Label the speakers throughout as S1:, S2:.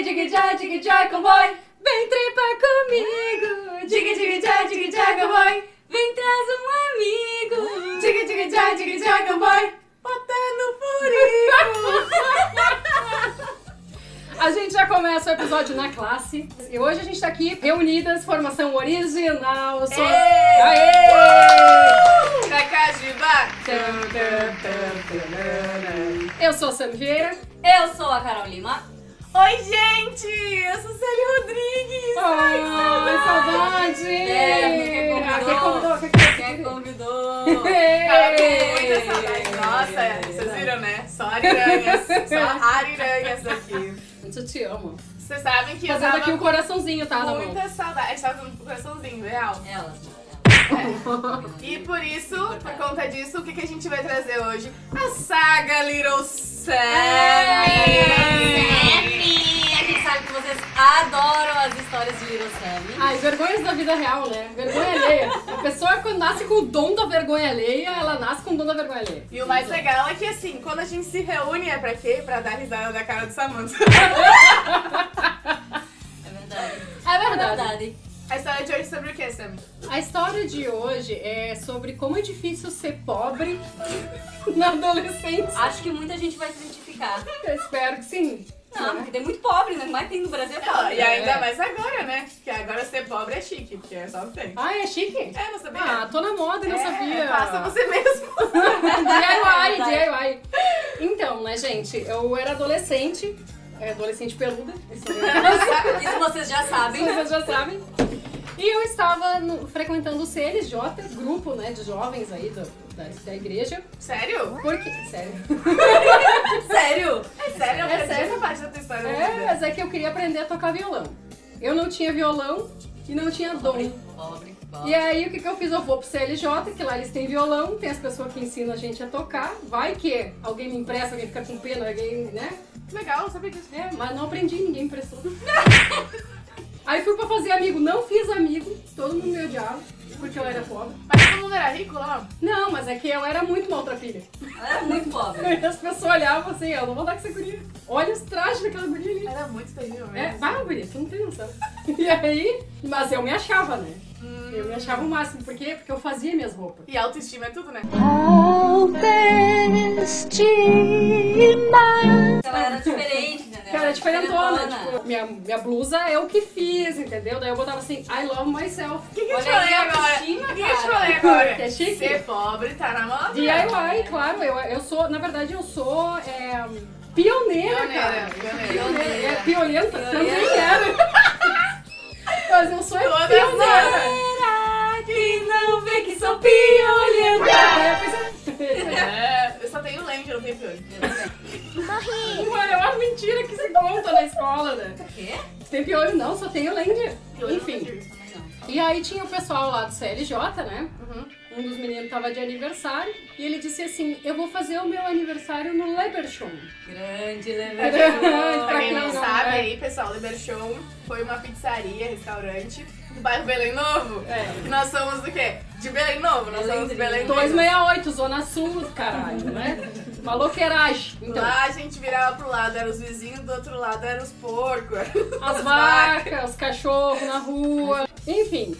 S1: joy, diga joy, cowboy. Vem trepar comigo. Diga, diga joy, diga joy, cowboy. Vem traz um amigo. Diga, diga joy, diga joy, cowboy. Bota no furico.
S2: A gente já começa o episódio na classe. E hoje a gente tá aqui reunidas, formação original. Eu Sou... Aê!
S3: Uh! Cacá de bar.
S2: Eu sou a Sam Vieira.
S1: Eu sou a Carol Lima.
S3: Oi, gente! Eu sou Célia Rodrigues! Ai, que
S2: Ai,
S3: saudade!
S2: saudade!
S1: É, porque convidou.
S2: Ah, quem convidou? Quem
S1: Quem
S2: convidou?
S1: convidou?
S3: Cara, eu
S2: Ei!
S3: tô com muita saudade. Nossa, vocês viram, né? Só ariranhas. Só ariranhas aqui.
S2: Gente, Eu te amo.
S3: Vocês sabem que eu
S2: Fazendo
S3: tava
S2: aqui um coraçãozinho, tá? Na
S3: com
S2: mão.
S3: muita saudade. A gente tava fazendo um coraçãozinho, real. É.
S1: Ela.
S3: E por isso, por conta disso, o que, que a gente vai trazer hoje? A saga Little
S2: É.
S3: Sammy!
S1: Sammy! A gente sabe que vocês adoram as histórias de Little Sammy.
S2: Ai, vergonhas da vida real, né? Vergonha alheia. A pessoa quando nasce com o dom da vergonha alheia, ela nasce com o dom da vergonha alheia.
S3: E o mais legal é que assim, quando a gente se reúne é pra quê? Pra dar risada da cara do Samantha.
S2: É
S1: É verdade. É
S2: verdade.
S1: verdade.
S3: A história de hoje é sobre o que, Sammy?
S2: A história de hoje é sobre como é difícil ser pobre na adolescência.
S1: Acho que muita gente vai se identificar.
S2: Eu espero que sim.
S1: Não, porque tem muito pobre, né? O que mais tem no Brasil é pobre.
S3: E ainda mais agora, né? Porque agora ser pobre é chique, porque é só o que tem.
S2: Ai, é chique.
S3: É, não sabia?
S2: Ah, tô na moda e não
S3: É,
S2: sabia.
S3: Faça você mesmo.
S2: DIY,
S1: Verdade.
S2: DIY. Então, né, gente, eu era adolescente, é, adolescente peluda, isso eu-
S1: Isso vocês já sabem. né?
S2: vocês já sabem. E eu estava no- frequentando o CLJ, grupo, né, de jovens aí do- da, da igreja,
S3: Sério?
S2: porque, sério,
S1: Sério?
S3: É sério, eu
S2: É
S3: perdi
S2: sério.
S3: essa parte da tua história. né?
S2: é, mas é que eu queria aprender a tocar violão. Eu não tinha violão e não tinha dom.
S1: Pobre, pobre, pobre.
S2: E aí, o que, que eu fiz? Eu vou pro CLJ, que lá eles têm violão, tem as pessoas que ensinam a gente a tocar. Vai que alguém me empresta, alguém fica com pena, alguém, né?
S3: Legal, saber disso.
S2: É, mas não aprendi, ninguém prestou. Aí fui pra fazer amigo, não fiz amigo, todo mundo me odiava, porque eu era pobre.
S3: Mas todo mundo era rico lá?
S2: Não, mas é que eu era muito maltrapilha.
S1: Ela era É muito pobre.
S2: As pessoas olhavam assim, eu não vou dar com essa guria. Olha os trajes daquela guria ali.
S3: Era muito terrível mesmo.
S2: É, vai, guria, tu não tem noção. E aí, mas eu me achava, né? Eu me achava o máximo, por quê? Porque eu fazia minhas roupas.
S3: E autoestima é tudo, né?
S1: Ela era diferente, né? entendeu?
S2: Cara, é diferentona, tipo, minha, minha blusa é o que fiz, entendeu? Daí eu botava assim, I love myself.
S3: O que, que eu te
S1: Olha aí,
S3: falei agora?
S1: autoestima,
S3: O que, que eu te
S1: cara.
S3: falei agora?
S2: Que é chique.
S3: Ser pobre tá na moda.
S2: DIY, claro, eu, eu sou, na verdade, eu sou é, pioneira,
S3: Pioneira,
S2: cara.
S3: pioneira.
S2: Pioneira. É, piolenta também
S1: Pioneira.
S2: era. Mas eu sou
S3: Toda
S2: pioneira.
S3: hora.
S1: que não vê que sou piolenta.
S2: É, pois é.
S3: É, eu só tenho lente, eu não tenho piolho.
S2: Mano, é uma mentira que se conta na escola, né?
S1: O quê?
S2: Tem piolho não, só tem Lândia.
S3: Piolho é eu não
S2: Enfim.
S3: tenho.
S1: Também não.
S2: E aí tinha o pessoal lá do CLJ, né? Um dos meninos tava de aniversário e ele disse assim: Eu vou fazer o meu aniversário no Lebershon.
S1: Grande
S2: É Grande,
S3: Pra
S1: levador.
S3: quem não,
S2: Não, não,
S3: sabe
S2: é.
S3: aí, pessoal, Liber Show foi uma pizzaria, restaurante do bairro Belém Novo.
S2: É.
S3: Nós somos do quê? De Belém Novo, nós somos de Belém Novo.
S2: 268, Zona Sul, caralho, né? Maloqueiragem. Então,
S3: Lá a gente virava pro lado, eram os vizinhos, do outro lado eram os porcos.
S2: as vacas, os cachorros na rua, enfim.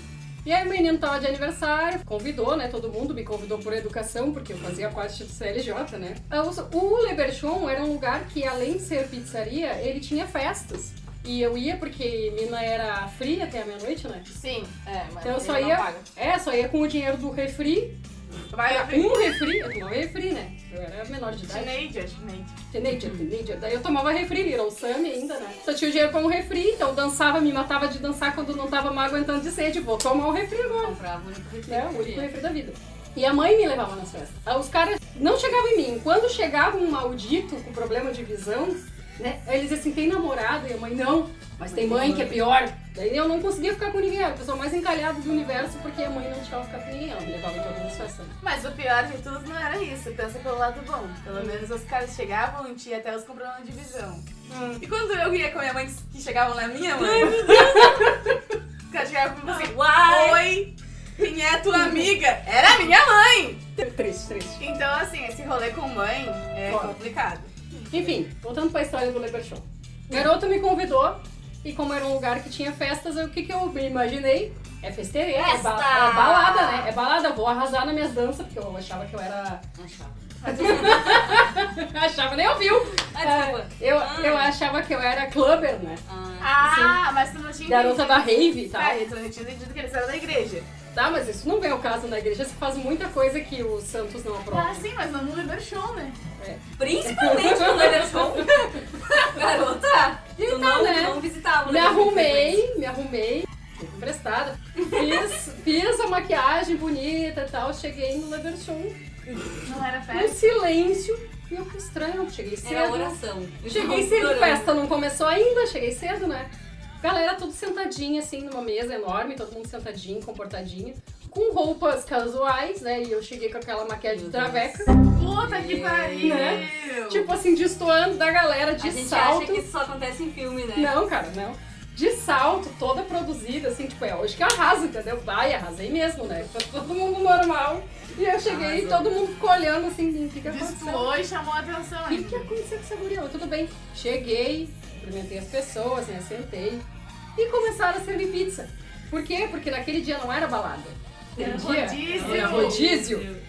S2: E aí o menino tava de aniversário, convidou, né, todo mundo, me convidou por educação, porque eu fazia parte do CLJ, né. O- O Leberchon era um lugar que, além de ser pizzaria, ele tinha festas. E eu ia porque Mina era fria até a meia-noite, né?
S3: Sim, é, mas
S2: Então eu só
S3: ele
S2: ia-
S3: não paga. Tá
S2: É, só ia com o dinheiro do refri.
S3: Vai,
S2: Era
S3: eu fui.
S2: um refri, eu tomava refri, né? Eu era menor de idade.
S3: Teenager, teenager.
S2: Teenager, teenager. Daí eu tomava refri, Little Sammy ainda, né? Só tinha o dinheiro pra um refri, então eu dançava, me matava de dançar quando não tava mais aguentando de sede. Vou tomar o refri agora,
S1: Comprava um refri.
S2: né? O único refri da vida. E a mãe me levava nas festas. Ah, Os caras não chegavam em mim. Quando chegava um maldito com problema de visão, né? Eles diziam assim, tem namorado? E a mãe, não. Mas tem mãe que é pior. Daí eu não conseguia ficar com ninguém. Era a pessoa mais encalhada do universo, porque a mãe não deixava ficar com ninguém. Ela me levava em todas as festas.
S3: Mas o pior de tudo não era isso, pensa pelo lado bom. Pelo menos os caras chegavam e tinha até os com problema de visão. E quando eu ia com a minha mãe, que chegavam na minha mãe... os caras chegavam comigo assim,
S1: Uai!
S3: Oi, quem é tua amiga? Era minha mãe!
S2: Triste, triste.
S3: Então, assim, esse rolê com mãe é
S2: Foda.
S3: complicado.
S2: Enfim, voltando pra história do Leber Show. O garoto me convidou E como era um lugar que tinha festas, eu- o que, que eu me imaginei? É festeira, é,
S1: Festa!
S2: ba é balada, né? É balada, vou arrasar nas minhas danças, porque eu achava que eu era. achava, nem ouviu!
S1: Ah, desculpa.
S2: Ah, eu, eu achava que eu era clubber, né?
S1: Ah.
S3: Ah, mas tu não tinha
S2: Garota da rave e tal.
S3: Tá, eu não tinha entendido que eles eram da igreja.
S2: Tá, mas isso não vem ao caso na igreja, você faz muita coisa que os santos não aprovam.
S3: Ah, sim, mas não no primeiro show, né?
S1: Principalmente quando ele é show. Garota, tu
S2: Então,
S1: não,
S2: né?
S1: não visitava. o
S2: Me
S1: lugar que
S2: arrumei, me arrumei, fui emprestada. Fiz, fiz a maquiagem bonita e tal, cheguei no Lever Show,
S3: Não era
S2: no
S3: festa.
S2: silêncio. E eu que estranho, cheguei
S1: frequentava.
S2: cedo.
S1: Era oração. um
S2: Cheguei
S1: Não,
S2: cedo,
S1: orando.
S2: festa não começou ainda, cheguei cedo, né? Galera tudo sentadinha, assim, numa mesa enorme, todo mundo sentadinho, comportadinho, com roupas casuais, né? E eu cheguei com aquela maquiagem de
S1: Meu Deus.
S2: traveca,
S3: Puta que pariu!
S2: Né? tipo assim, destoando da galera de
S1: A gente
S2: salto.
S1: acha que isso só acontece em filme, né?
S2: Não, cara, não. De salto, toda produzida, assim, tipo, é hoje que eu arraso, entendeu? Vai, arrasei mesmo, né? Tá todo mundo normal. E eu cheguei e todo mundo ficou olhando assim, o que que aconteceu?
S3: Destoou e chamou a atenção
S2: O que que
S3: ainda.
S2: aconteceu com essa guria? Eu, Tudo bem. Cheguei, cumprimentei as pessoas, né? Sentei. E começaram a servir pizza. Por quê? Porque naquele dia não era balada.
S3: Era
S2: Naquele dia
S3: rodízio.
S2: Era rodízio.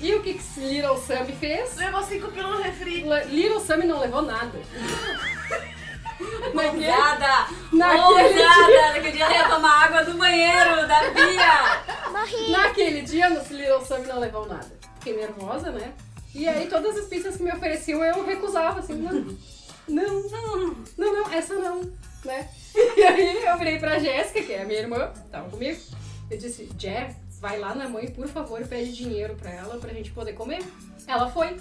S2: E o que que Little Sammy fez?
S3: Levou 5 pila no refri.
S2: Le- Little Sammy não levou nada. Naquele-
S1: Ousada!
S2: Naquele
S1: Ousada! Naquele dia ela ia tomar água do banheiro, da pia!
S2: Naquele dia, no Little Sammy não levou nada. Fiquei nervosa, né? E aí, todas as pizzas que me ofereciam, eu recusava, assim, não, não, não, não, não, essa não, né? E aí, eu virei pra Jéssica, que é a minha irmã, tava comigo, eu disse, Jé, vai lá na mãe, por favor, e pede dinheiro pra ela, pra gente poder comer. Ela foi.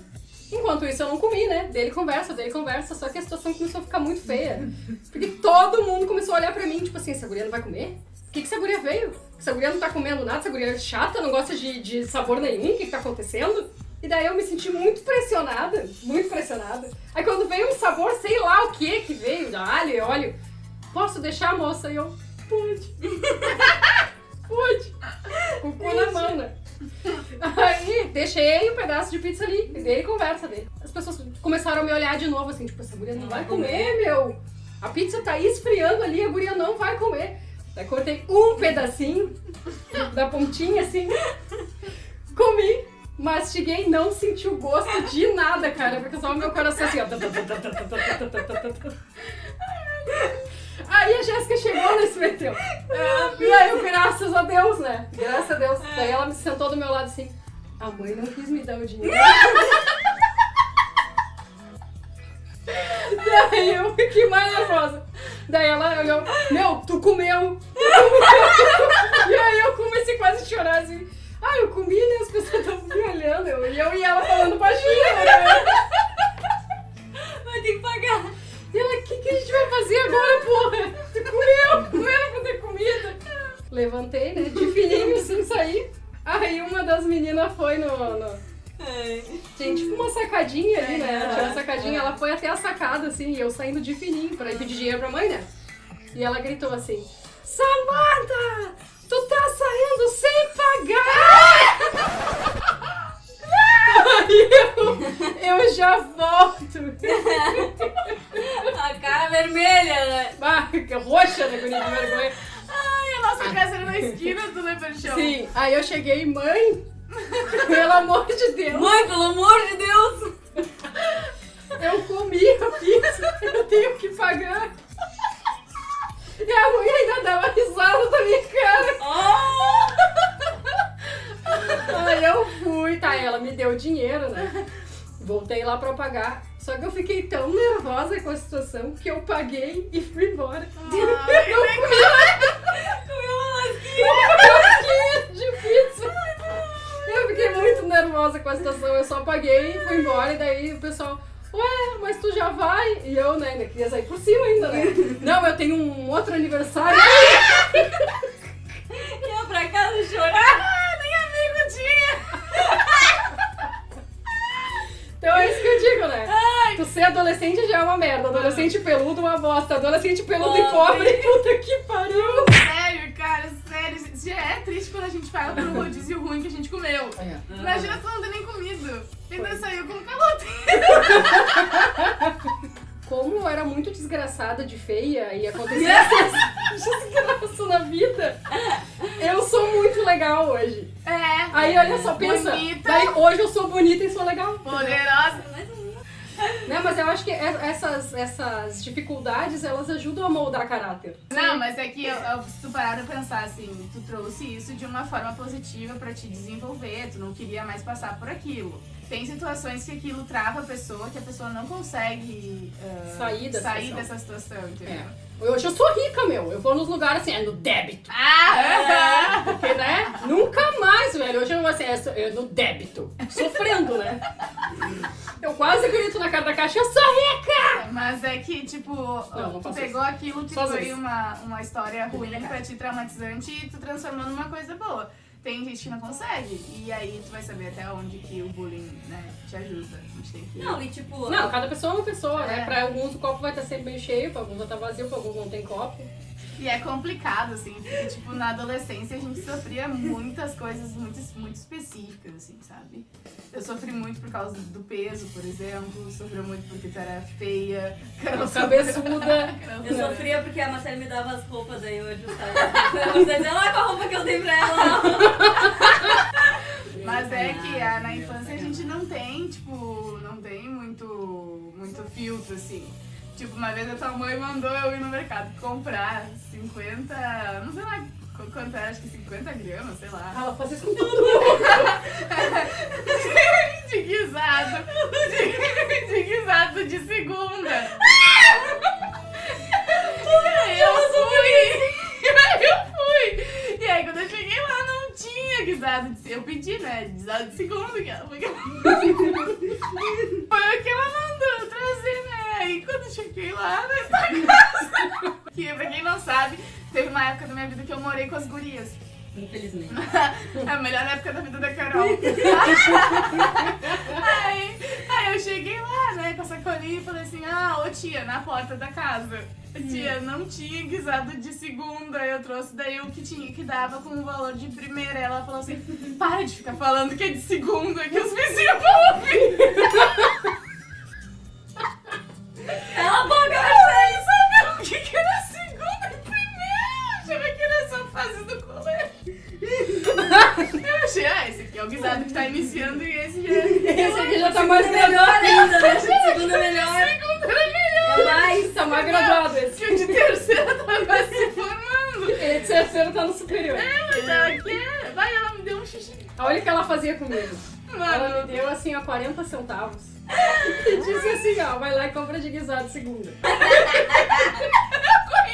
S2: Enquanto isso, eu não comi, né? Dele conversa, dele conversa, só que a situação começou a ficar muito feia. Porque todo mundo começou a olhar pra mim, tipo assim, essa guria não vai comer? Por que, que essa guria veio? Essa guria não tá comendo nada, essa guria é chata, não gosta de, de sabor nenhum, o que, que tá acontecendo? E daí eu me senti muito pressionada, muito pressionada. Aí quando veio um sabor, sei lá o que que veio, da alho e óleo, posso deixar a moça? E eu, pode. pode. Com o cu na mão, né? Aí deixei o pedaço de pizza ali, e dei conversa dele. As pessoas começaram a me olhar de novo, assim, tipo, essa guria não vai comer, meu. A pizza tá esfriando ali, a guria não vai comer. Daí cortei um pedacinho da pontinha, assim, comi, mastiguei, não senti o gosto de nada, cara, porque só o meu coração assim, ó. Aí a Jéssica chegou nesse meteu. E aí eu, graças a Deus, né? Graças a Deus. Daí ela me sentou do meu lado assim, a mãe não quis me dar o dinheiro. Daí eu fiquei mais nervosa. Daí ela olhou, meu, tu comeu, tu comeu. E aí eu comecei quase a chorar assim. Ah, eu comi, né? As pessoas estavam me olhando. Eu, e eu e ela falando baixinho. Né?
S1: Vai ter que pagar.
S2: E ela, o que, que a gente vai fazer agora, porra? Tu comeu? Não era pra ter comida. Levantei, né? De fininho, sem sair. Aí uma das meninas foi no... no...
S1: Ai.
S2: Tinha tipo uma sacadinha ali, né?
S1: É.
S2: Tinha uma sacadinha, ela foi até a sacada, assim, e eu saindo de fininho pra ir pedir dinheiro pra mãe, né? E ela gritou assim: Samanta! Tu tá saindo sem pagar! Aí eu, eu já volto!
S1: A cara vermelha, né?
S2: Ah, que roxa da guria de vergonha.
S3: Ai, a nossa casa era na esquina do Leper Show.
S2: Sim, aí eu cheguei, mãe, pelo amor de Deus!
S1: Mãe, pelo amor de Deus!
S2: Eu comi a pizza, eu tenho que pagar. E a mãe ainda dava risada da minha cara. Aí eu fui, tá? Ela me deu dinheiro, né? Voltei lá pra pagar. Só que eu fiquei tão nervosa com a situação que eu paguei e fui embora.
S3: Ai,
S2: eu
S3: né?
S2: comi
S1: Comeu uma lasquinha.
S2: uma de pizza. Eu fiquei muito nervosa com a situação. Eu só paguei e fui embora. E daí o pessoal, ué, mas tu já vai? E eu, né, ainda queria sair por cima ainda, né? Não, eu tenho um outro aniversário.
S1: Ia pra casa chorar.
S3: Ah, nem amigo tinha!
S2: Então é isso que eu digo, né? Tu ser adolescente já é uma merda. Adolescente peludo, uma bosta. Adolescente peludo e pobre, puta que pariu.
S3: Sério, cara, sério. Já é triste quando a gente paga por um rodízio ruim que a gente comeu. Imagina um tu não ter nem comido. Ainda saiu com calota.
S2: como eu era muito desgraçada de feia e acontecia essas desgraças na vida, eu sou muito legal hoje.
S3: É.
S2: Aí olha só, pensa.
S3: Bonita.
S2: Daí hoje eu sou bonita e sou legal.
S3: Poderosa. mas-
S2: Né? Mas eu acho que e- essas, essas dificuldades, elas ajudam a moldar caráter.
S3: Não, mas é que eu, eu, se tu parar pra pensar assim, tu trouxe isso de uma forma positiva pra te desenvolver, tu não queria mais passar por aquilo. Tem situações que aquilo trava a pessoa, que a pessoa não consegue ah,
S2: Sair dessa
S3: sair
S2: situação.
S3: dessa situação, entendeu?
S2: É. Hoje eu sou rica, meu. Eu vou nos lugares assim, é no débito. É.
S3: Ah!
S2: Porque, né? Nunca mais, velho. Hoje eu vou assim, é so- é no débito. Sofrendo, né? Eu quase grito na cara da caixa, é eu sou rica!
S3: Mas é que, tipo,
S2: não
S3: tu
S2: faço
S3: pegou aquilo que
S2: Só às
S3: foi
S2: vezes.
S3: uma, uma história ruim pra ti traumatizante e tu transformou numa coisa boa. Tem gente que não consegue. E aí tu vai saber até onde que o bullying, né, te ajuda. A gente tem que.
S1: Não, e tipo.
S2: Não, cada pessoa é uma pessoa, né?
S3: É.
S2: Pra alguns o copo vai estar sempre meio cheio, pra alguns vai estar vazio, pra alguns não tem copo.
S3: E é complicado, assim, porque, tipo, na adolescência a gente sofria muitas coisas muito, muito específicas, assim, sabe? Eu sofri muito por causa do peso, por exemplo, sofri muito porque tu era feia, Carol
S2: Cabeçuda.
S3: Carol
S1: Eu
S3: sofreu-
S1: sofria porque a Marcela me dava as roupas, aí eu ajustava. Vocês não é com a roupa que eu dei pra ela, não.
S3: Mas é que ah, na infância a gente não tem, tipo, não tem muito, muito filtro, assim. Tipo, uma vez a tua mãe mandou eu ir no mercado comprar 50, não sei lá qu- quanto era, acho que 50 gramas, sei lá.
S2: Ela faz isso com todo mundo.
S3: De guisado. De, de guisado de segunda. eu fui. Eu fui. E aí, quando eu cheguei lá, não tinha guisado de Eu pedi, né? Guisado de segunda. que ela- porque ela- Foi o que ela mandou eu trazer, né? E quando eu cheguei lá nessa casa. Que, pra quem não sabe, teve uma época da minha vida que eu morei com as gurias.
S1: Infelizmente.
S3: É a melhor época da vida da Carol. aí, aí eu cheguei lá, né, com a sacolinha e falei assim, ah, ô tia, na porta da casa.
S1: Hum.
S3: Tia, não tinha guisado de segunda, eu trouxe daí o que tinha que dava com o valor de primeira. Ela falou assim, para de ficar falando que é de segunda, que os vizinhos vão ouvir.
S1: Cala a boca,
S3: Ela sabia o que, que era segunda e primeira. Eu achava que era só fase do colégio. Eu achei, ah, esse aqui é o guisado que tá iniciando e esse já
S1: é
S2: Esse aqui já tá mais
S1: melhor
S2: melhor.
S1: ainda, né?
S3: é
S1: Segunda melhor.
S3: Segunda era melhor.
S1: É mais.
S2: Tá mais graduado esse.
S3: Que o de terceira tava se formando. É,
S2: Ele de terceiro tá no superior.
S3: Mas ela quer. Vai, ela me deu um xixi.
S2: Olha o que ela fazia comigo. Ela me
S3: Mano.
S2: deu assim a 40 centavos. E disse assim, ó, vai lá e compra de guisado segunda.
S3: Eu conheço.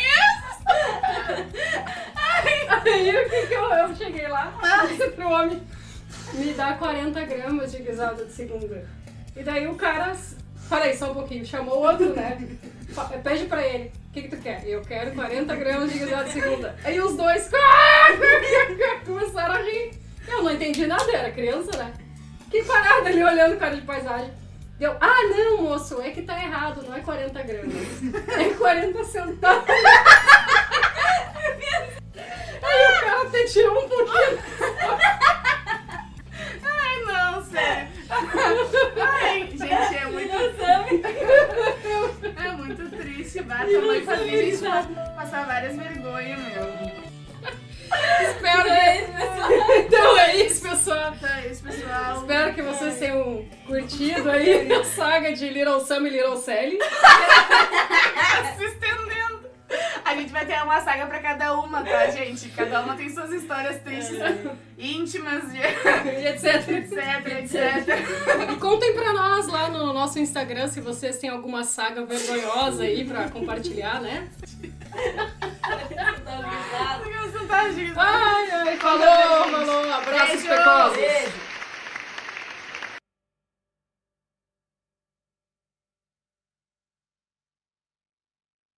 S2: Aí o que que eu, eu cheguei lá, disse pro homem, me dá 40 gramas de guisado de segunda. E daí o cara, peraí só um pouquinho, chamou o outro, né? Fa- Pede pra ele, o que que tu quer? Eu quero 40 gramas de guisado de segunda. Aí os dois começaram a rir. Eu não entendi nada, era criança, né? Que parada ali olhando o cara de paisagem. Deu, ah não, moço, é que tá errado, não é 40 gramas. É 40 centavos. Aí o cara até tirou um pouquinho.
S3: Ai, não, sério. Ai, gente, é muito, é muito triste. Bata a mãe fazia a gente passar várias vergonhas, meu.
S2: Espero que... Então é isso, pessoal.
S3: Então é isso, pessoal.
S2: Espero que vocês tenham curtido aí a saga de Little Sam e Little Sally.
S3: se estendendo. A gente vai ter uma saga pra cada uma, tá, gente? Cada uma tem suas histórias tristes, íntimas, de-
S2: E etc.
S3: etc, etc.
S2: E contem pra nós lá no nosso Instagram se vocês têm alguma saga vergonhosa aí pra compartilhar, né?
S1: Tá avisado.
S3: Eu sou tardia. tá
S2: Ah, Ai, ai, falou, falou. Abraços
S3: Beijo.
S2: precoces.
S1: Beijo.